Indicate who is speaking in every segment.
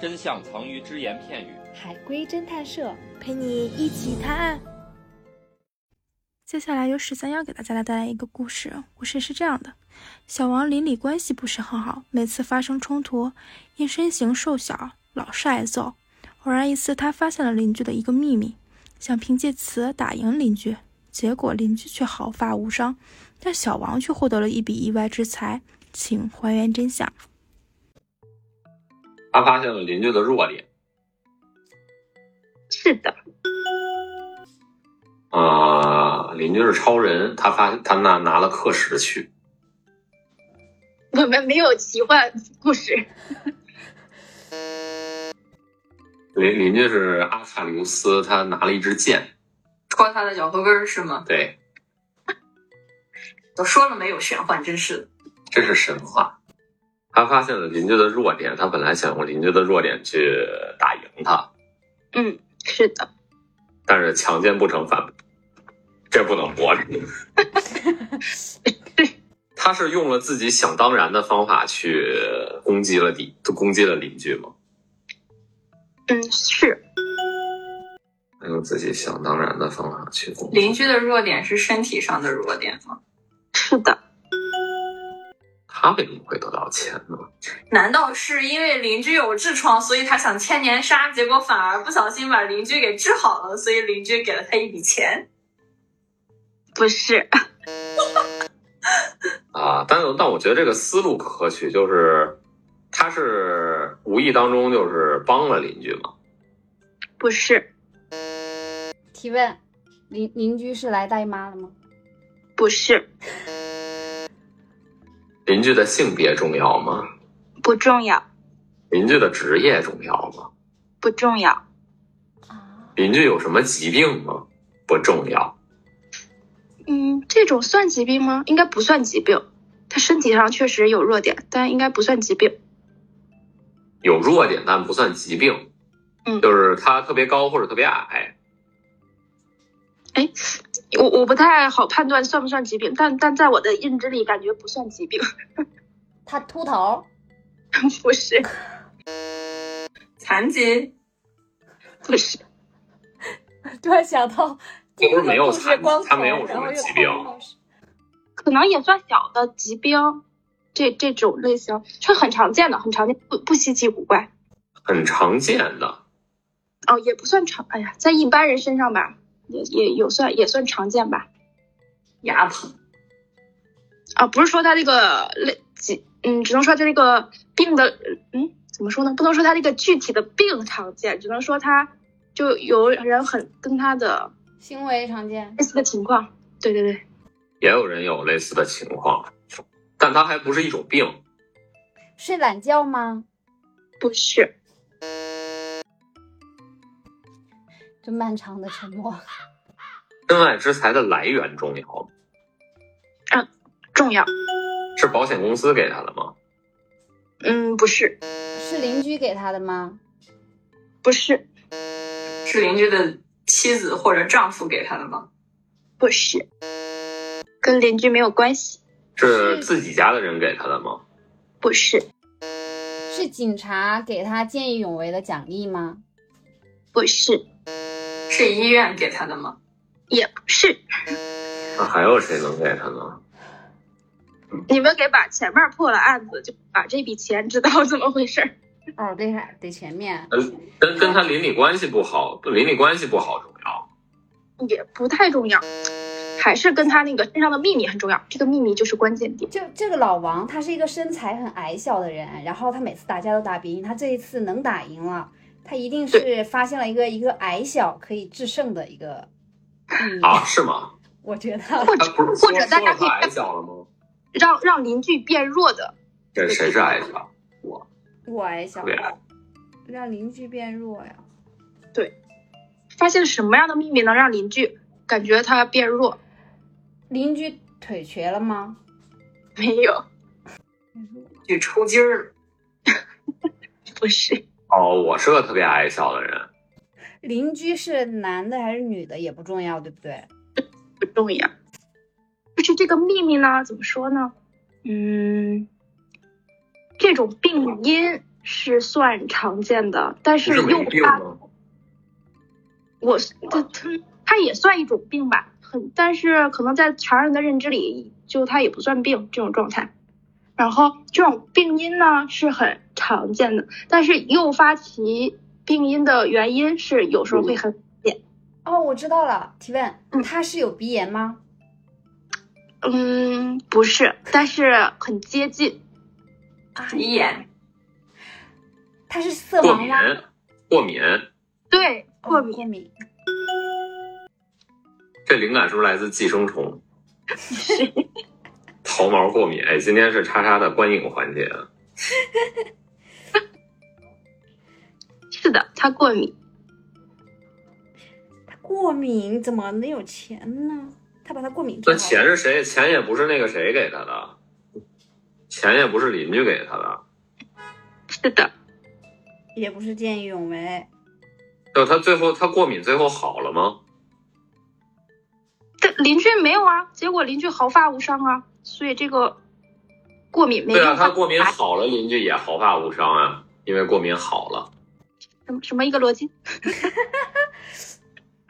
Speaker 1: 真相藏于只言片语。
Speaker 2: 海龟侦探社陪你一起探案。
Speaker 3: 接下来由十三幺给大家带来一个故事，故事是这样的：小王邻里关系不是很好，每次发生冲突，因身形瘦小老是挨揍。偶然一次，他发现了邻居的一个秘密，想凭借此打赢邻居，结果邻居却毫发无伤，但小王却获得了一笔意外之财。请还原真相。
Speaker 4: 他发现了邻居的弱点。
Speaker 5: 是的，
Speaker 4: 啊、邻居是超人，他发他那拿了克时去。
Speaker 5: 我们没有奇幻故事，
Speaker 4: 邻邻居是阿喀琉斯，他拿了一支剑。
Speaker 6: 戳他的脚后跟儿是吗？
Speaker 4: 对，
Speaker 6: 都说了没有玄幻，真是的。
Speaker 4: 这是神话。他发现了邻居的弱点，他本来想用邻居的弱点去打赢他，
Speaker 5: 嗯，是的，
Speaker 4: 但是强奸不成反，这不能播。 他是用了自己想当然的方法去攻击了邻，攻击了邻居吗？
Speaker 5: 嗯，是
Speaker 4: 他用自己想当然的方法去攻击。
Speaker 6: 邻居的弱点是身体上的弱点吗？
Speaker 5: 是的，
Speaker 4: 他为什么会得到钱呢？
Speaker 6: 难道是因为邻居有痔疮，所以他想千年杀，结果反而不小心把邻居给治好了，所以邻居给了他一笔钱？
Speaker 5: 不是，
Speaker 4: 啊，但但我觉得这个思路可取，就是他是无意当中就是帮了邻居嘛。
Speaker 5: 不是，
Speaker 2: 提问：邻邻居是来大姨妈了吗？
Speaker 5: 不是，
Speaker 4: 邻居的性别重要吗？
Speaker 5: 不重要，
Speaker 4: 邻居的职业重要吗？
Speaker 5: 不重要，
Speaker 2: 啊，
Speaker 4: 邻居有什么疾病吗？不重要。
Speaker 5: 嗯，这种算疾病吗？应该不算疾病，他身体上确实有弱点，但应该不算疾病。
Speaker 4: 有弱点但不算疾病，
Speaker 5: 嗯
Speaker 4: 就是他特别高或者特别矮，
Speaker 5: 哎，我我不太好判断算不算疾病，但但在我的认知里，感觉不算疾病，
Speaker 2: 他秃头，
Speaker 5: 不是，
Speaker 6: 残疾？
Speaker 5: 不是，
Speaker 2: 突然想到，
Speaker 4: 这不是没有
Speaker 2: 第一个
Speaker 4: 残疾
Speaker 2: 故事光头
Speaker 4: 他没有什么啊疾病。
Speaker 2: 然后又光头
Speaker 5: 可能也算小的疾病，这这种类型是很常见的，很常见，不不稀奇古怪。
Speaker 4: 很常见的。
Speaker 5: 哦，也不算常，哎呀，在一般人身上吧，也也有算也算常见吧。
Speaker 6: 牙疼？
Speaker 5: 啊，不是说他这个类疾，嗯，只能说他这个病的，嗯，怎么说呢？不能说他这个具体的病常见，只能说他就有人很跟他的
Speaker 2: 行为常见，
Speaker 5: 类似的情况。对对对，
Speaker 4: 也有人有类似的情况，但它还不是一种病。
Speaker 2: 睡懒觉吗？
Speaker 5: 不是，
Speaker 2: 这漫长的沉默，
Speaker 4: 身外之财的来源重要吗
Speaker 5: 重要，
Speaker 4: 是保险公司给他的吗？
Speaker 5: 嗯，不是，
Speaker 2: 是邻居给他的吗？
Speaker 5: 不是，
Speaker 6: 是邻居的妻子或者丈夫给他的吗？
Speaker 5: 不是，跟邻居没有关系，
Speaker 4: 是
Speaker 2: 是
Speaker 4: 自己家的人给他的吗？
Speaker 5: 不是，
Speaker 2: 是警察给他见义勇为的奖励吗？
Speaker 5: 不是，
Speaker 6: 是医院给他的吗？
Speaker 5: 也不是。
Speaker 4: 那还有谁能给他呢？
Speaker 5: 你们给把前面破了案子，就把这笔钱知道怎么回事儿。
Speaker 2: 哦，对，得全面。
Speaker 4: 呃跟跟他邻里关系不好，邻里关系不好重要。
Speaker 5: 也不太重要，还是跟他那个身上的秘密很重要。这个秘密就是关键点。
Speaker 2: 就这个老王，他是一个身材很矮小的人，然后他每次打架都打别人，他这一次能打赢了，他一定是发现了一个一个矮小可以制胜的一个秘密，
Speaker 4: 啊，是吗？
Speaker 2: 我觉得
Speaker 5: 嗯或
Speaker 4: 他
Speaker 5: 者
Speaker 4: 不是
Speaker 5: 或者
Speaker 4: 说
Speaker 5: 大家
Speaker 4: 说
Speaker 5: 可
Speaker 4: 他
Speaker 5: 以
Speaker 4: 矮小了吗？
Speaker 5: 让让邻居变弱的，
Speaker 4: 这谁是矮小？
Speaker 2: 我矮小
Speaker 4: 特，别矮。
Speaker 2: 让邻居变弱呀。
Speaker 5: 发现什么样的秘密能让邻居感觉他变弱？
Speaker 2: 邻居腿瘸了吗？
Speaker 5: 没有，
Speaker 6: 去抽筋儿了？
Speaker 5: 不是，
Speaker 4: 哦，我是个特别矮小的人。
Speaker 2: 邻居是男的还是女的也不重要，对不对？
Speaker 5: 不重要。就是这个秘密呢，怎么说呢？嗯，这种病因是算常见的，但
Speaker 4: 不
Speaker 5: 是
Speaker 4: 是
Speaker 5: 又
Speaker 4: 没病
Speaker 5: 怕
Speaker 4: 吗？
Speaker 5: 我是它它它也算一种病吧，很，但是可能在常人的认知里，就它也不算病这种状态。然后这种病因呢是很常见的，但是诱发其病因的原因是有时候会很
Speaker 2: 哦，我知道了。提问
Speaker 5: 嗯：
Speaker 2: 他是有鼻炎吗？
Speaker 5: 嗯不是，但是很接近。
Speaker 6: 鼻炎，
Speaker 2: 他是色
Speaker 4: 过
Speaker 2: 盲
Speaker 4: 敏
Speaker 2: 吗？，
Speaker 4: 过敏，
Speaker 5: 对，
Speaker 2: 哦
Speaker 5: 过敏
Speaker 2: 过敏。
Speaker 4: 这灵感是不是来自寄生虫？ 毫毛过敏，哎，今天是叉叉的观影环节啊，
Speaker 5: 是的，它过敏。
Speaker 2: 他过敏怎么能有钱呢？他把他过敏治
Speaker 4: 那
Speaker 2: 好
Speaker 4: 钱是
Speaker 2: 了
Speaker 4: 谁？钱也不是那个谁给他的，钱也不是邻居给他的，
Speaker 5: 是的，
Speaker 2: 也不是见义勇为。
Speaker 4: 就他最后他过敏最后好了吗？
Speaker 5: 但邻居没有啊，结果邻居毫发无伤啊，所以这个过敏没
Speaker 4: 对啊，
Speaker 5: 用
Speaker 4: 他过敏好了，邻居也毫发无伤啊，因为过敏好了，
Speaker 5: 什么什么一个逻 辑？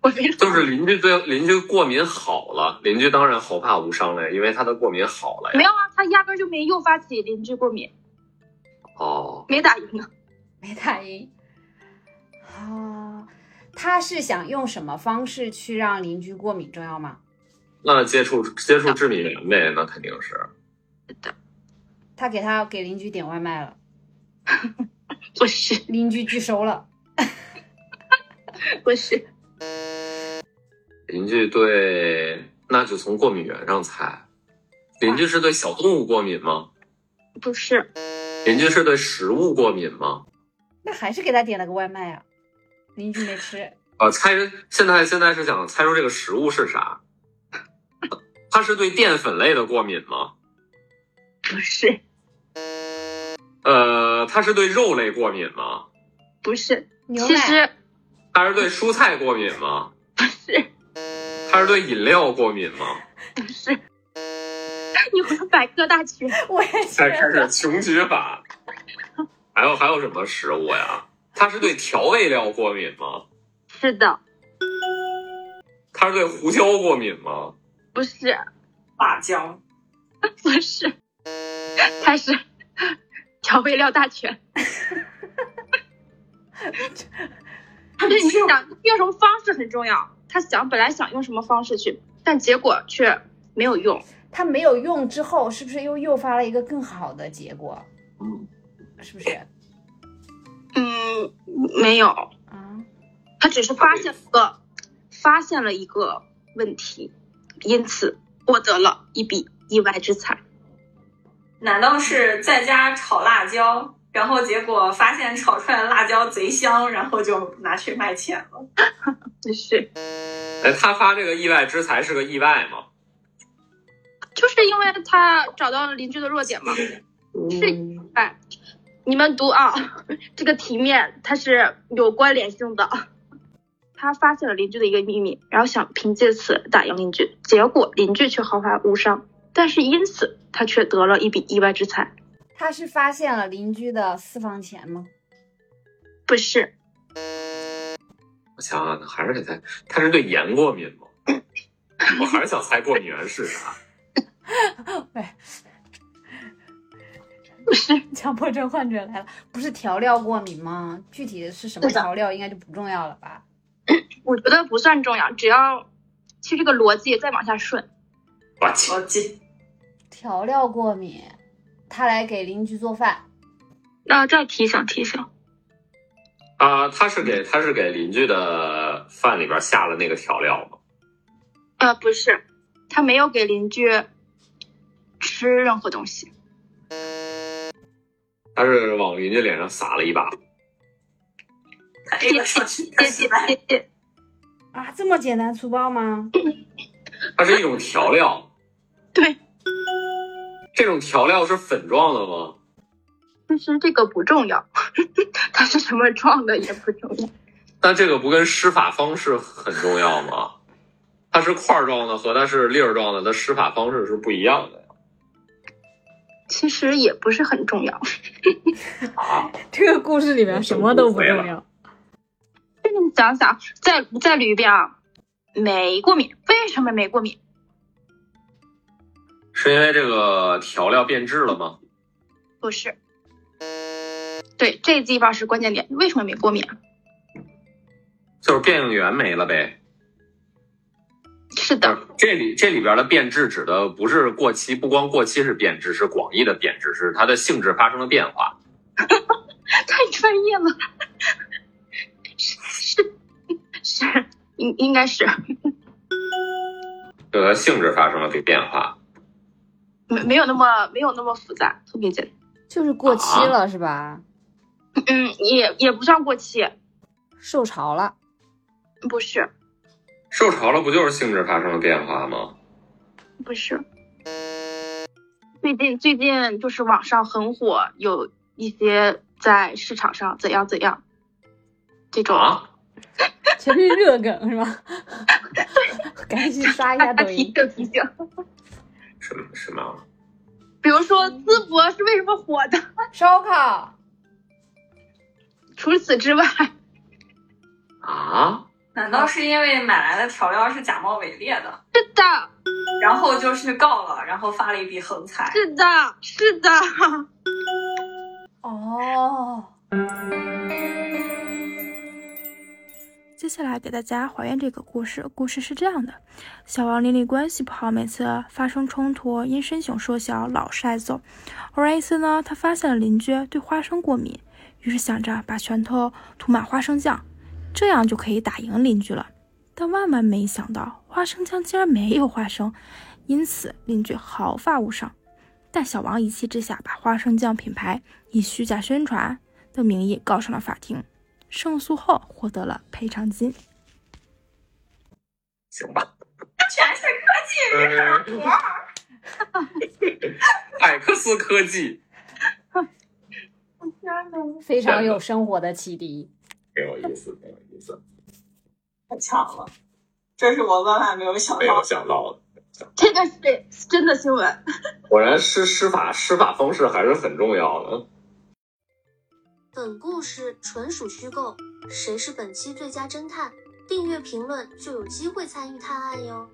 Speaker 5: 我没懂
Speaker 4: 就是邻居最邻居过敏好了，邻居当然毫发无伤了，因为他的过敏好了
Speaker 5: 没
Speaker 4: 呀。
Speaker 5: 有啊，他压根儿就没诱发起邻居过敏，
Speaker 4: 哦，
Speaker 5: 没打赢啊呢。
Speaker 2: 没打赢。啊，他是想用什么方式去让邻居过敏重要吗？
Speaker 4: 那接触接触致敏源呗，那肯定是。
Speaker 2: 他给他给邻居点外卖了，
Speaker 5: 不是，
Speaker 2: 邻居拒收了。
Speaker 5: 不是，
Speaker 4: 邻居对，那就从过敏源上猜。邻居是对小动物过敏吗？
Speaker 5: 不是，
Speaker 4: 邻居是对食物过敏吗？
Speaker 2: 那还是给他点了个外卖啊，邻居没吃。
Speaker 4: 啊，猜现在现在是想猜出这个食物是啥？ 它是对淀粉类的过敏吗？
Speaker 5: 不是，
Speaker 4: 呃，它是对肉类过敏吗？
Speaker 5: 不是。
Speaker 2: 牛奶
Speaker 5: 其实
Speaker 4: 它是对蔬菜过敏吗？
Speaker 5: 不是，
Speaker 4: 它是对饮料过敏吗？
Speaker 5: 不是。 你回百科大全，
Speaker 2: 我也
Speaker 4: 开
Speaker 2: 觉
Speaker 4: 开
Speaker 2: 得
Speaker 4: 始穷举法。还有还有什么食物呀？它是对调味料过敏吗？
Speaker 5: 是的，
Speaker 4: 它是对胡椒过敏吗？
Speaker 5: 不是，
Speaker 6: 辣椒，
Speaker 5: 不是，开始 调味料大全。 对，你想用什么方式很重要。他想本来想用什么方式去，但结果却没有用。
Speaker 2: 他没有用之后，是不是又诱发了一个更好的结果？
Speaker 4: 嗯，
Speaker 2: 是不是？
Speaker 5: 嗯，没有，
Speaker 2: 啊，
Speaker 5: 他只是发现了一个发现了一个问题，因此获得了一笔意外之财。
Speaker 6: 难道是在家炒辣椒，然后结果发现炒出来的辣椒贼香，然后就拿去卖钱了？
Speaker 5: 就是
Speaker 4: 哎，他发这个意外之财是个意外吗？
Speaker 5: 就是因为他找到了邻居的弱点嘛。是哎，你们读啊， 这个题面它是有关联性的。他发现了邻居的一个秘密，然后想凭借此打赢邻居，结果邻居却毫发无伤，但是因此他却得了一笔意外之财。
Speaker 2: 他是发现了邻居的私房钱吗？
Speaker 5: 不是，
Speaker 4: 我想想，还是得猜，他是对盐过敏吗？我还是想猜过敏源是啥。
Speaker 5: 不是，
Speaker 2: 强迫症患者来了，不是调料过敏吗？具体的是什么
Speaker 5: 对的
Speaker 2: 调料应该就不重要了吧？
Speaker 5: 我觉得不算重要，只要其实这个逻辑再往下顺，
Speaker 4: 我去，
Speaker 6: 我记
Speaker 2: 调料过敏，他来给邻居做饭，
Speaker 5: 那再提醒提醒，
Speaker 4: 啊、他是给他是给邻居的饭里边下了那个调料吗？
Speaker 5: 呃，不是，他没有给邻居吃任何东西，
Speaker 4: 他是往邻居脸上撒了一把。
Speaker 6: 他 A 了上去，他
Speaker 5: 接
Speaker 6: 失
Speaker 5: 近
Speaker 6: 败。
Speaker 5: 接近，
Speaker 2: 啊，这么简单粗暴吗？
Speaker 4: 它是一种调料，
Speaker 5: 对，
Speaker 4: 这种调料是粉状的吗？
Speaker 5: 其实这个不重要， 它是什么状的也不重要，
Speaker 4: 那这个不跟施法方式很重要吗？它是块状的和它是粒儿状的，它施法方式是不一样的呀。
Speaker 5: 其实也不是很重要。
Speaker 4: 啊，
Speaker 2: 这
Speaker 7: 故事里面什么都不重要。
Speaker 5: 你想想，再再捋一遍啊，没过敏，为什么没过敏？
Speaker 4: 是因为这个调料变质了吗？
Speaker 5: 不是。对，这地方是关键点，为什么没过敏啊？
Speaker 4: 就是变应源没了呗。
Speaker 5: 是的，
Speaker 4: 这里这里边的变质指的不是过期，不光过期是变质，是广义的变质，是它的性质发生了变化。
Speaker 5: 太专业了，是是是，应应该是
Speaker 4: 这个性质发生了变化。
Speaker 5: 没没有那么没有那么复杂，特别简单。
Speaker 2: 就是过期了、是吧？
Speaker 5: 嗯，也也不算过期，
Speaker 2: 受潮了，
Speaker 5: 不是
Speaker 4: 受潮了不就是性质发生了变化吗？
Speaker 5: 不是。最近最近就是网上很火，有一些在市场上怎样怎样这种
Speaker 4: 啊，
Speaker 7: 全是热梗是 吧？
Speaker 2: 赶紧去刷一
Speaker 5: 大
Speaker 2: 下
Speaker 5: 家
Speaker 2: 抖
Speaker 5: 提
Speaker 2: 音。
Speaker 5: 醒提醒。
Speaker 4: 什么什么？
Speaker 5: 比如说淄博是为什么火的？
Speaker 2: 烧烤，
Speaker 5: 除此之外，
Speaker 4: 啊，
Speaker 6: 难道是因为买来的调料是假冒伪劣的，
Speaker 5: 是的，
Speaker 6: 然后就去告了，然后发了一笔横财？
Speaker 5: 是的，是的，
Speaker 2: 哦，
Speaker 3: 接下来给大家还原这个故事。故事是这样的：小王邻里关系不好，每次发生冲突，因身形瘦小老是挨揍。偶然一次呢，他发现了邻居对花生过敏，于是想着把拳头涂满花生酱，这样就可以打赢邻居了。但万万没想到，花生酱竟然没有花生，因此邻居毫发无伤。但小王一气之下，把花生酱品牌以虚假宣传的名义告上了法庭。胜诉后获得了赔偿金。
Speaker 4: 行吧。
Speaker 6: 全是科技日常活儿。
Speaker 4: 艾克斯科技，
Speaker 5: 天哪！
Speaker 2: 非常有生活的启迪。
Speaker 4: 挺有意思，挺有意思，
Speaker 6: 太强了，这是我万万没有想
Speaker 4: 没
Speaker 6: 到
Speaker 4: 有
Speaker 6: 的。
Speaker 4: 想到的。
Speaker 5: 这个是真的新闻。
Speaker 4: 果然施施法施法方式还是很重要的。
Speaker 8: 本故事纯属虚构，谁是本期最佳侦探？订阅评论就有机会参与探案哟。